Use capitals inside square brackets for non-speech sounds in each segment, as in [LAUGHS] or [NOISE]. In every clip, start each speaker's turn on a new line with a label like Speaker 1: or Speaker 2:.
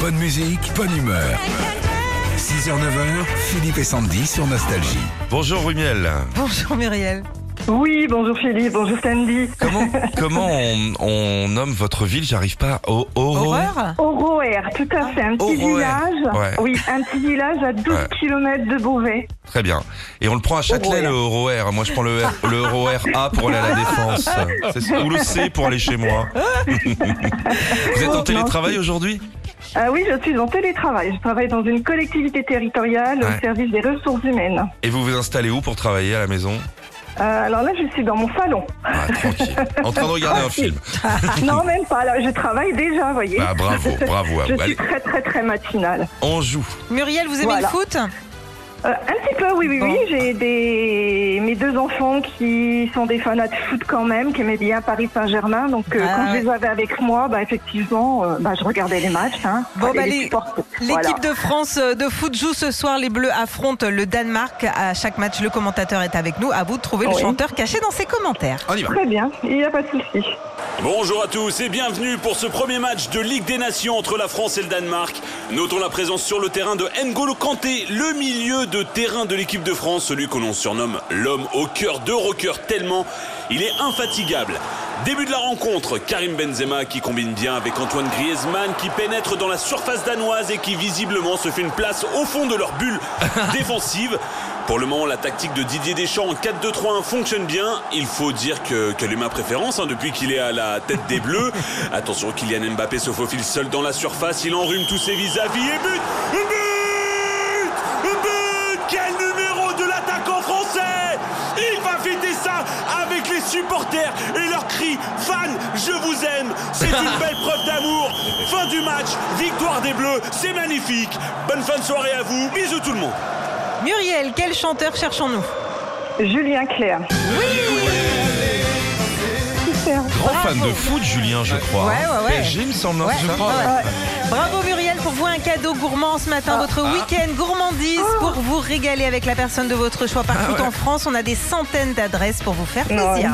Speaker 1: Bonne musique, bonne humeur. 6h, 9h, Philippe et Sandy sur Nostalgie.
Speaker 2: Bonjour Rumiel.
Speaker 3: Bonjour Muriel.
Speaker 4: Oui, bonjour Philippe, bonjour Sandy.
Speaker 3: [LAUGHS]
Speaker 2: Comment, comment on, on nomme votre ville J'arrive pas. au au
Speaker 3: Horreur
Speaker 4: Oroer, tout à fait, un petit
Speaker 2: Auroer,
Speaker 4: village.
Speaker 2: ouais.
Speaker 4: Oui, un petit village à 12
Speaker 2: Ouais.
Speaker 4: km de Beauvais.
Speaker 2: Très bien. Et on le prend à Châtelet, le ROR. Moi, je prends le, R- le ROR A pour aller à la Défense. C'est ça, Ou le C pour aller chez
Speaker 3: [LAUGHS]
Speaker 2: moi. Vous êtes en télétravail aujourd'hui
Speaker 4: Ah oui, je suis en télétravail. Je travaille dans une collectivité territoriale
Speaker 2: Ouais.
Speaker 4: au service des ressources humaines.
Speaker 2: Et vous vous installez où pour travailler à la maison
Speaker 4: Euh, alors là, je suis dans mon salon.
Speaker 3: [LAUGHS]
Speaker 4: Ah,
Speaker 2: Ah, Tranquille. En train de
Speaker 3: Ah,
Speaker 2: regarder un film.
Speaker 4: non, même pas. Là, je travaille déjà, voyez.
Speaker 2: Ah, bravo, bravo à
Speaker 4: je
Speaker 2: vous.
Speaker 4: suis
Speaker 2: Allez,
Speaker 4: très très très matinale.
Speaker 2: on joue.
Speaker 3: Muriel, vous aimez
Speaker 4: Voilà.
Speaker 3: le foot
Speaker 4: Euh, un petit peu, oui, oui,
Speaker 3: Bon.
Speaker 4: oui. J'ai des mes deux enfants qui sont des fanats de foot quand même, qui aimaient bien Paris Saint-Germain. Donc euh,
Speaker 3: Ah
Speaker 4: quand
Speaker 3: ouais.
Speaker 4: je les avais avec moi, bah effectivement, euh, bah, je regardais les matchs. Hein,
Speaker 3: Bon,
Speaker 4: Et
Speaker 3: bah,
Speaker 4: les
Speaker 3: les-
Speaker 4: supporters.
Speaker 3: L'équipe
Speaker 4: Voilà.
Speaker 3: de France euh, de foot joue ce soir. Les Bleus affrontent le Danemark. À chaque match, le commentateur est avec nous. À vous de trouver le
Speaker 4: Oui.
Speaker 3: chanteur caché dans ses commentaires.
Speaker 2: On y va.
Speaker 4: Très bien, il n'y a pas de souci.
Speaker 5: Bonjour à tous et bienvenue pour ce premier match de Ligue des Nations entre la France et le Danemark. Notons la présence sur le terrain de N'Golo Kanté, le milieu de terrain de l'équipe de France, celui que l'on surnomme l'homme au cœur de rocker tellement il est infatigable. Début de la rencontre, Karim Benzema qui combine bien avec Antoine Griezmann qui pénètre dans la surface danoise et qui visiblement se fait une place au fond de leur bulle défensive. Pour le moment, la tactique de Didier Deschamps en 4-2-3-1 fonctionne bien. Il faut dire que- qu'elle est ma préférence hein, depuis qu'il est à la tête des Bleus. Attention, Kylian Mbappé se faufile seul dans la surface. Il enrhume tous ses vis-à-vis et but But But Quel numéro de l'attaquant français Il va fêter ça avec les supporters et leurs cris Fan, je vous aime C'est une belle preuve d'amour Fin du match, victoire des Bleus, c'est magnifique Bonne fin de soirée à vous, bisous tout le monde
Speaker 3: Muriel, quel chanteur cherchons-nous
Speaker 4: Julien Clerc. Super.
Speaker 2: Grand fan
Speaker 3: Bravo.
Speaker 2: de foot, Julien, je crois.
Speaker 3: Ouais, ouais, ouais.
Speaker 2: PSG, il me semble. non,
Speaker 3: Ouais,
Speaker 2: c'est ça
Speaker 3: ouais. Bravo Muriel pour vous un cadeau gourmand ce
Speaker 4: Ah.
Speaker 3: matin, votre week-end gourmandise pour vous régaler avec la personne de votre choix partout en France. On a des centaines d'adresses pour vous faire
Speaker 4: Non,
Speaker 3: plaisir.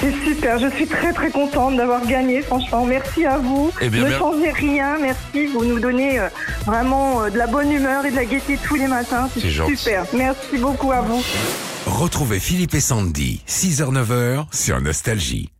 Speaker 4: C'est super, je suis très très contente d'avoir gagné, franchement. Merci à vous.
Speaker 2: Eh bien,
Speaker 4: ne
Speaker 2: mer-
Speaker 4: changez rien, merci. Vous nous donnez euh, vraiment euh, de la bonne humeur et de la gaieté tous les matins.
Speaker 2: C'est
Speaker 4: C'est
Speaker 2: gentil.
Speaker 4: super. Merci beaucoup à vous.
Speaker 1: Retrouvez Philippe et Sandy, 6h, 9h sur Nostalgie.